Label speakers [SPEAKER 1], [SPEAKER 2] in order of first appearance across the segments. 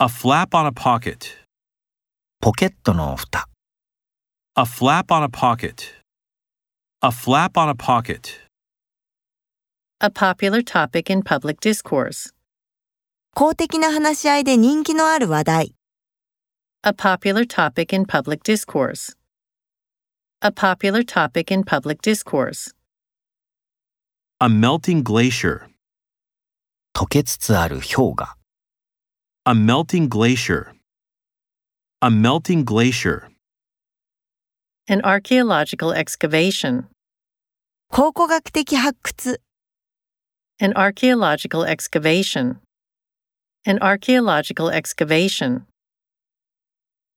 [SPEAKER 1] A flap on a pocket.
[SPEAKER 2] ポケットの蓋、
[SPEAKER 1] A flap on a pocket. A flap on a pocket.
[SPEAKER 3] a popular topic in public discourse,
[SPEAKER 4] 公的な話し合いで人気のある話題、
[SPEAKER 3] a popular topic in public discourse, a popular topic in public discourse,
[SPEAKER 1] A melting glacier.
[SPEAKER 2] 溶けつつある氷河、
[SPEAKER 1] A melting glacier. A melting glacier.
[SPEAKER 3] an archaeological excavation,
[SPEAKER 4] 考古学的発掘、
[SPEAKER 3] an archaeological excavation, an archaeological excavation,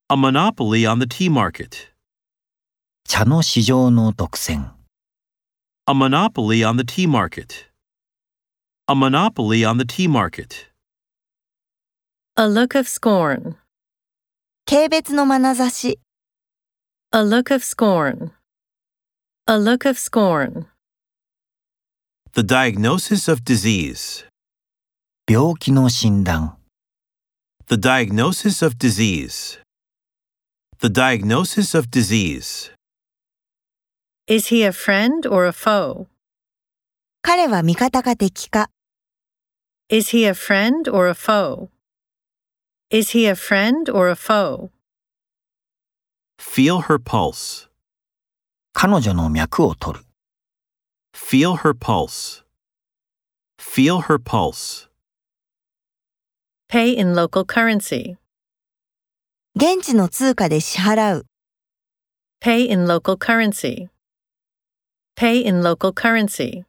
[SPEAKER 1] A monopoly on the tea market.
[SPEAKER 2] 茶の市場の独占、
[SPEAKER 1] A monopoly on the tea market. A monopoly on the tea market.
[SPEAKER 3] a look of scorn,
[SPEAKER 4] 軽蔑の眼差し、
[SPEAKER 3] a look of scorn, a look of scorn,
[SPEAKER 1] The diagnosis of disease.
[SPEAKER 2] 病気の診断、
[SPEAKER 1] The diagnosis of disease. The diagnosis of disease.
[SPEAKER 3] is he a friend or a foe?
[SPEAKER 4] 彼は味方か敵か、
[SPEAKER 3] Is he a friend or a foe? Is he a friend or a foe?
[SPEAKER 1] Feel her pulse.
[SPEAKER 2] 彼女の脈を取る、
[SPEAKER 1] Feel her pulse. Feel her pulse.
[SPEAKER 3] Pay in local currency.
[SPEAKER 4] 現地の通貨で支払う、
[SPEAKER 3] Pay in local currency. Pay in local currency.